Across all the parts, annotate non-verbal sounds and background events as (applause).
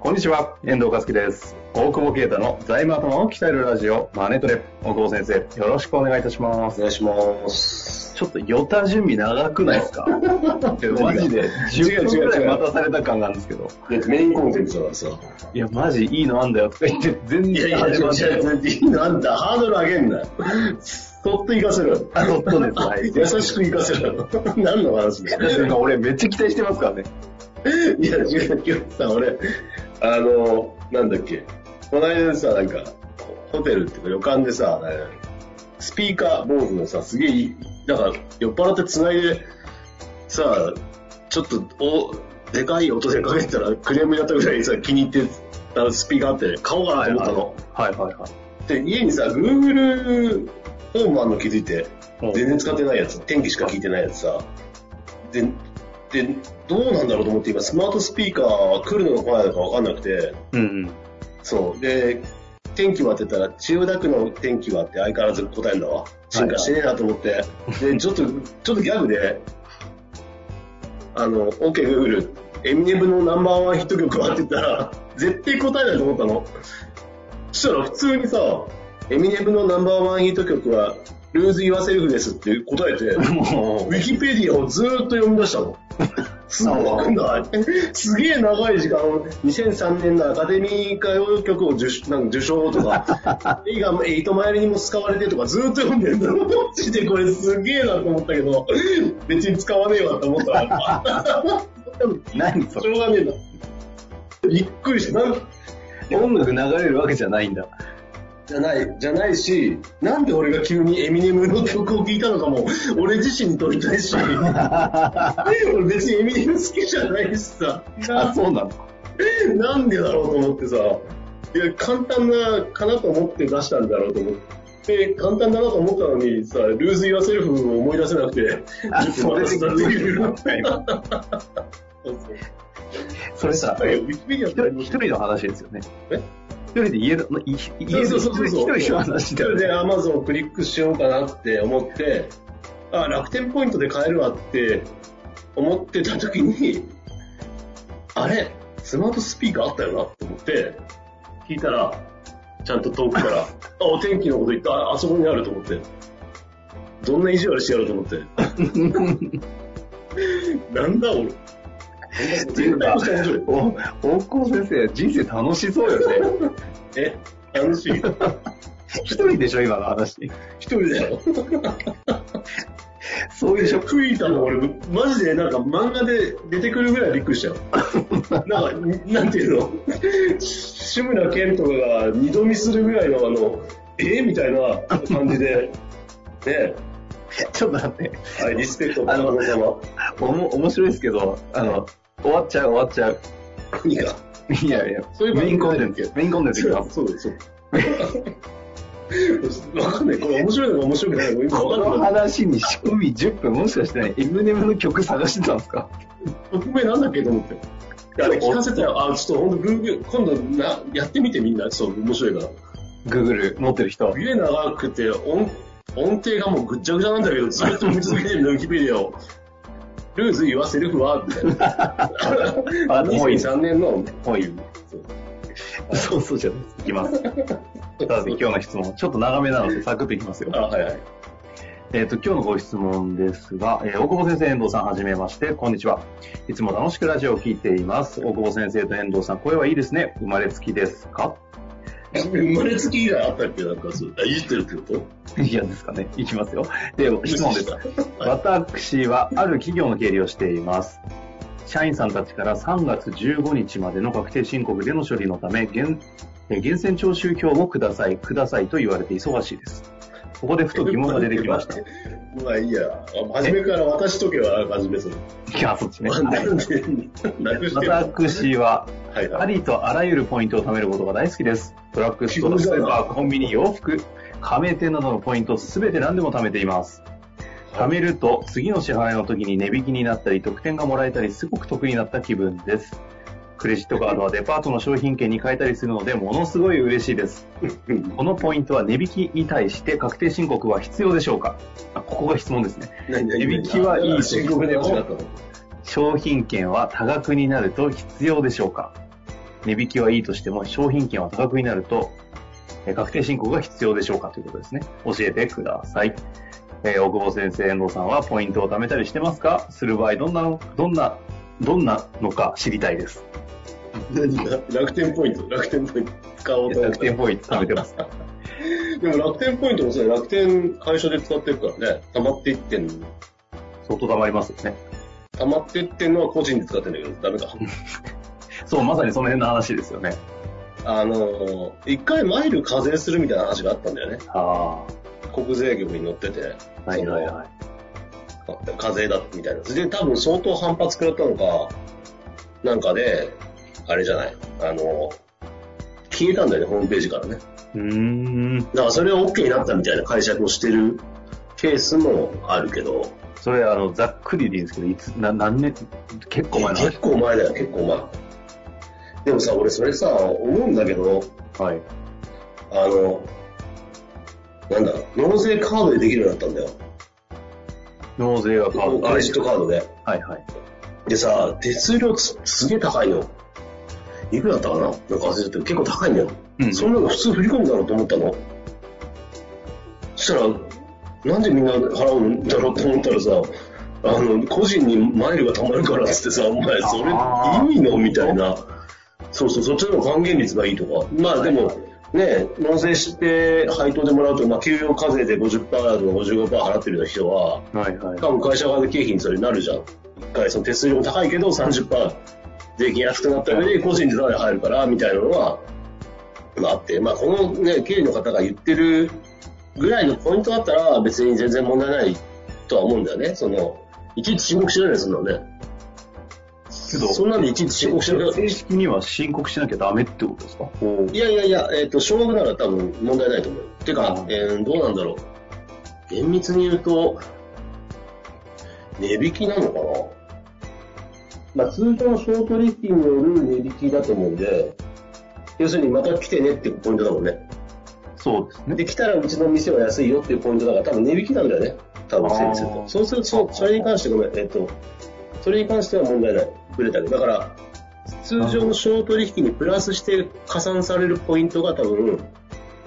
こんにちは、遠藤和樹です。大久保啓太の財務頭を鍛えるラジオ、マネトレ。大久保先生、よろしくお願いいたしまおす。願いします。ちょっと、ヨタ準備長くないですか (laughs) マジで、違10う違う違う分くらい待たされた感なんですけど。だってメインコンテンツだからさ。いや、マジいいのあんだよとか言って、全いやい然や、始違まうってない。違う違う。なんだ、ハードル上げんなよ。そっと行かせる。あ、そっとです。はい。優しく行かせる。何の話だよ。なんか俺めっちゃ期待してますからね。いや、違う違う。さ、俺、あの、なんだっけ。この間さ、なんか、ホテルっていうか旅館でさ、スピーカー、坊主のさ、すげえいい、なんか、酔っ払って繋いで、さ、ちょっと、お、でかい音でかけたら、クレームやったぐらいさ、気に入ってたスピーカーあって、買おうかなと思ったの。はいはいはい。で、家にさ、Google ホームあんの気づいてうん、全然使ってないやつ、天気しか聞いてないやつさ。で、で、どうなんだろうと思って今、スマートスピーカーは来るのか来ないのかわかんなくて、うんそう。で、天気を当てたら、千代田区の天気はって相変わらず答えるんだわ。進化してねえなと思って。で、ちょっと、ちょっとギャグで、あの、OK Google、エミネムのナンバーワンヒット曲はって言ったら、絶対答えないと思ったの。そしたら普通にさ、エミネムのナンバーワンヒット曲は、ルーズ・イワセルフですって答えて、ウうん。もィキペディアをずーっと読み出したの。すごくないすげえ長い時間、2003年のアカデミー歌謡曲を受賞なんか受賞とか、映画、エイトマイルにも使われてとかずっと読んでるの。どっちでこれすげえなと思ったけど、別に使わねえわと思ったら、う、何そしょれ。うがねえな。びっくりした。なん (laughs) 音楽流れるわけじゃないんだ。じゃない、じゃないし、なんで俺が急にエミネムの曲を聴いたのかも、俺自身に問いたいし、俺別にエミネム好きじゃないしさ。あ、そうなの。なんでだろうと思ってさ、いや、簡単な、かなと思って出したんだろうと思って、簡単だなと思ったのにさ、ルーズ・イワセルフを思い出せなくて、あそれで気づいて (laughs) なかった今それさ、いやびっくりや一人一人の話ですよね。え一人で家の、いい家でそうそうそうそう一人の話だそよれでね。 Amazon をクリックしようかなって思って、あ、楽天ポイントで買えるわって思ってた時に、あれスマートスピーカーあったよなって思って、聞いたら、ちゃんと遠く (laughs) から、あ、お天気のこと言った、ああそこにあると思って。どんな意地悪してやろうと思 (laughs) って。なんだ俺。っていうか絶対面白いお大久保先生、人生楽しそうよ (laughs) ね。え、楽しい。一人でしょ、今の話。一人だよ。そういうショッ食いたの俺、マジでなんか漫画で出てくるぐらいびっくりしたよ。なんか、なんていうの、志村けんとかが二度見するぐらいのあの、えみたいな感じで、ね、ク。ちょっと待って、はい、リスペクト、あのお疲れ様おも面白いですけど、あの、終わっちゃう、終わっちゃう。何が。いやいや、そういう番組メインコンテンツ、メインコンテンツいきます。そうです、そうです。わかんない、これ面白いのか面白くないのか、こわかのんない。話に仕込み10分、もしかしてね、エムネムの曲探してたんですか匿名なんだっけと思って。いや、あれ聞かせたよ。あ、ちょっとほんと、Google 今度な、やってみてみんな、そう、面白いから。 ?Google 持ってる人。ビエ長くて音音程がもうぐっちゃぐちゃなんだけど、ずっと見続けてるの、ウィキペディアを。ルーズ・言わせるフは、みたいな。あもういい2003年の、もういい。そうそうじゃないです。いきます。さて、今日の質問、ちょっと長めなので、サクッといきますよあ、。はいはい。えっ、と、今日のご質問ですが、えー大久保先生、遠藤さん、はじめまして、こんにちは。いつも楽しくラジオを聞いています。大久保先生と遠藤さん、声はいいですね。生まれつきですか生まれつき以外あったっけなんかそう、あいじってるってこといやですかね。いきますよ。で、質問です。はい私はある企業の経理をしています。社員さんたちから3月15日までの確定申告での処理のため、源え源泉徴収票をください、くださいと言われて忙しいです。ここでふと疑問が出てきました。 (laughs) まあいいや、初めから渡しとけば、初めそれ。いや、そっちね。なはいんで、なくしてる私は、はいあはい。りとあらゆるポイントを貯めることが大好きです。ドラッグストア、スーパー、コンビニ、洋服、加盟店などのポイントをすべて何でも貯めています。貯めると次の支払いの時に値引きになったり特典がもらえたりすごく得になった気分です。クレジットカードはデパートの商品券に変えたりするのでものすごい嬉しいです。このポイントは値引きに対して確定申告は必要でしょうかあここが質問ですね。値引きはいい深刻で欲しかったの。商品券は多額になると必要でしょうか値引きはいいとしても商品券は多額になるとえー確定申告が必要でしょうかということですね。教えてください。えー大久保先生、遠藤さんはポイントを貯めたりしてますかする場合、どんなの、どんな、どんなのか知りたいです。何が楽天ポイント、楽天ポイント。使おうと思っ楽て天。ポイント貯めてます。でも楽天ポイントもそれ楽天会社で使ってるからね、溜まっていってんの。相当貯まりますよね。溜まっていってんのは個人で使ってんだけど、ダメか。そう、まさにその辺の話ですよね。あの、一回マイル課税するみたいな話があったんだよね。あ国税局に乗ってて。あ、はいはいはい。課税だみたいな。で、多分相当反発食らったのか、なんかで、あれじゃない、あの、消えたんだよね、ホームページからね。うーん。だからそれは OK になったみたいな解釈をしてるケースもあるけど、それ、あの、ざっくりでいいんですけど、いつ、な何年、結構前の結話。構前だよ、結構前。でもさ、俺それさ、思うんだけど、はい。あの、なんだ、納税カードでできるようになったんだよ。納税が変わった。クレジットカードで。はいはい。でさ、手数料つすげえ高いの。いくらだったかななんか忘れちゃって結構高いんだよ。うんそんなの普通振り込むだろうと思ったの。そしたら、なんでみんな払うんだろうと思ったらさ、あの、個人にマイルが貯まるからっつってさ、お前それあー意味のみたいな。そうそう、そっちの方が還元率がいいとか。まあでも、ね、納税して配当でもらうと、まあ給与課税で50%とか55%払ってるような人は、はいはい。多分会社側の経費にそれなるじゃん。一回その手数料も高いけど30%税金安くなった上で個人でただで入るからみたいなのは、まあ、あって、まあ、このね、経理の方が言ってるぐらいのポイントだったら別に全然問題ないとは思うんだよね。その、いちいち申告しないでそんなのね。そんなのいちいち申告しない正式には申告しなきゃダメってことですかいやいやいや、えっ、と、小学なら多分問題ないと思うよ。てうかん、えーどうなんだろう。厳密に言うと、値引きなのかなまあ通常の小取引による値引きだと思うんで、要するにまた来てねっていうポイントだもんね。そうですね。で、来たらうちの店は安いよっていうポイントだから、多分値引きなんだよね。多分整理するあとー。そうすると、そうそれに関してごめん、えっと、それに関しては問題ない。ブレたけど。だから、通常の商取引にプラスして加算されるポイントが多分、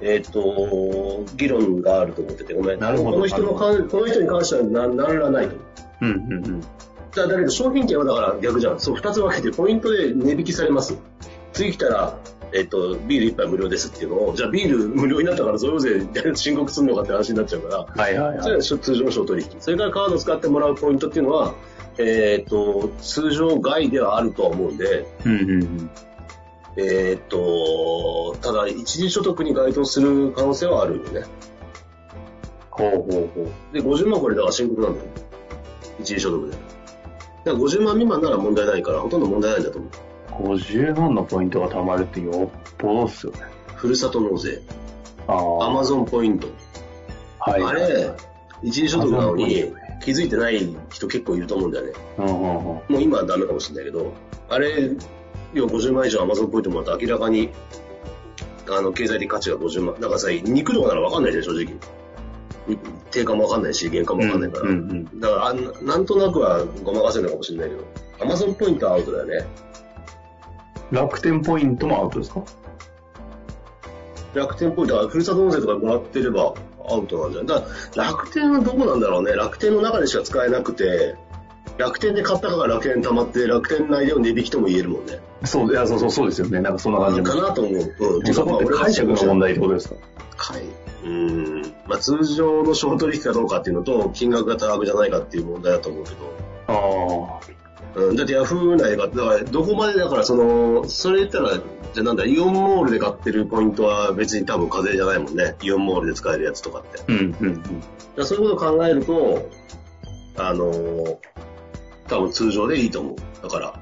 えっ、と、議論があると思ってて、ごめん。なるほどこの人の関この人に関してはななんらないと思う。うんうんうん。だだけど商品券はだから逆じゃん。そう、二つ分けてポイントで値引きされます。次来たら、えっ、と、ビール一杯無料ですっていうのを、じゃあビール無料になったから贈与税で (laughs) 申告するのかって話になっちゃうから、はいはいそはい。れは通常の商取引。それからカード使ってもらうポイントっていうのは、えっ、と、通常外ではあるとは思うんで、うんうんうん。えっ、と、ただ一時所得に該当する可能性はあるよね。ほうほうほう。で、50万これだから申告なんだよ。一時所得で。だから50万未満なら問題ないから、ほとんど問題ないんだと思う。 50万のポイントが貯まるってよっぽどっすよね。ふるさと納税、あアあ。マゾンポイント。はい。あれ、一時所得なの Amazon ポにイントね気づいてない人結構いると思うんだよね。うんうんうん。もう今はダメかもしれないけど、あれ、要は50万以上アマゾンポイントもらって明らかに、あの、経済的価値が50万。だからさ、肉とかならわかんないじゃん、正直。に定価もわかんないし、原価もわかんないから。うんうんうん。だからあん、なんとなくはごまかせるのかもしれないけど、アマゾンポイントはアウトだよね。楽天ポイントもアウトですか楽天ポイントはふるさと納税とかもらってればアウトなんじゃないだから楽天はどこなんだろうね。楽天の中でしか使えなくて、楽天で買ったから楽天溜まって、楽天内での値引きとも言えるもんね。そう、いや、そうそう、そうですよね。なんかそんなか感じも。なと思う。うん。そこって解釈の問題ってことですかはい。うん。まあ通常の商取引かどうかっていうのと、金額が高くじゃないかっていう問題だと思うけど、ああ。うん、だってヤフー内が、だからどこまでだからその、それ言ったら、じゃあなんだ、イオンモールで買ってるポイントは別に多分課税じゃないもんね。イオンモールで使えるやつとかって。だかうん、うん、らそういうことを考えると、あのー多分通常でいいと思う。だから、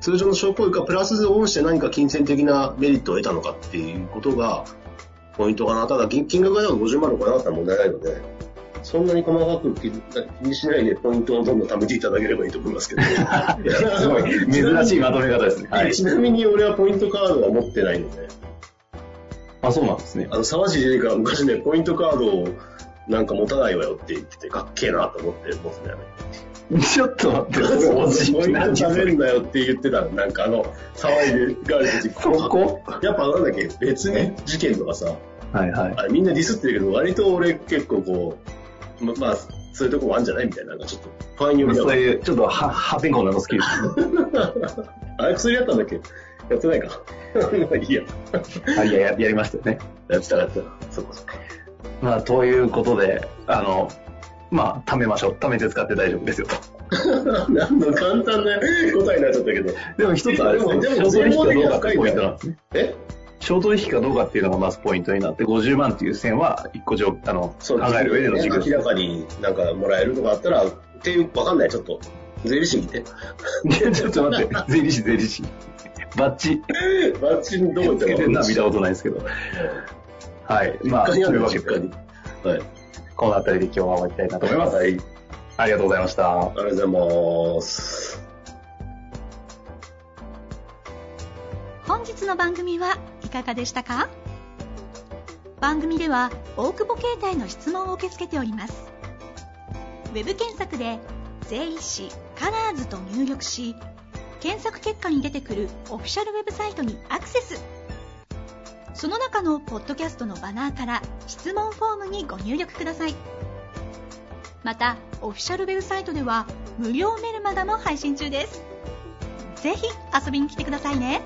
通常の商工費かプラスオンして何か金銭的なメリットを得たのかっていうことが、ポイントかな。ただ、金金額がだから50万のかなったら問題ないので、そんなに細かく気にしないでポイントをどんどん貯めていただければいいと思いますけうど。ん。 (laughs) すごい、 (laughs) 珍しいまとめ方ですね。はい。ちなみに俺はポイントカードは持ってないので、あ、そうなんですね。あの、沢尻エリカは昔ね、ポイントカードをなんか持たないわよって言ってて、かっけえなと思って持つんだよね。ちょっと待って、ポおじイント何そ貯めれんだよって言ってたのなんかあの、騒いでられた時、そこやっぱなんだっけ、別に事件とかさ、はいはい。あれみんなディスってるけど、割と俺結構こう、ままあ、そういうとこもあるんじゃないみたいな、なんかちょっと、ファンよりそうは。いう、ちょっとは、破天荒なの好きです。あれ薬やったんだっけやってないか。ま (laughs) あいいや。はい、や、ややりましたよね。やってたやってた。そっかそっか。 (laughs) まあ、ということで、あの、まあ、貯めましょう。貯めて使って大丈夫ですよと。なんの簡単な答えになっちゃったけど。でも一つあれですね、で商も取引かどうかっでてもポイントなんですね。え商取引かどうかっていうのがまずポイントになって、50万っていう線は一個上、あの、考える上での軸明らかになんかもらえるとかあったら、っていう、わかんない、ちょっと。税理士に行って。でちょっと待って、税理士、税理士。 (laughs) バッチ、バッチンどこ行っつたけかてるのは見たことないですけど。はい。まあ、と実家にあいうるわわけけで、に。はい。この辺りで今日は終わりたいなと思います。はい。ありありがとうございました。がとうございます。本日の番組はいかがでしたか番組では大久保携帯の質問を受け付けておりますウェブ検索で「税理士カラーズと入力し検索結果に出てくるオフィシャルウェブサイトにアクセスその中のポッドキャストのバナーから質問フォームにご入力くださいまたオフィシャルウェブサイトでは無料メルマガも配信中ですぜひ遊びに来てくださいね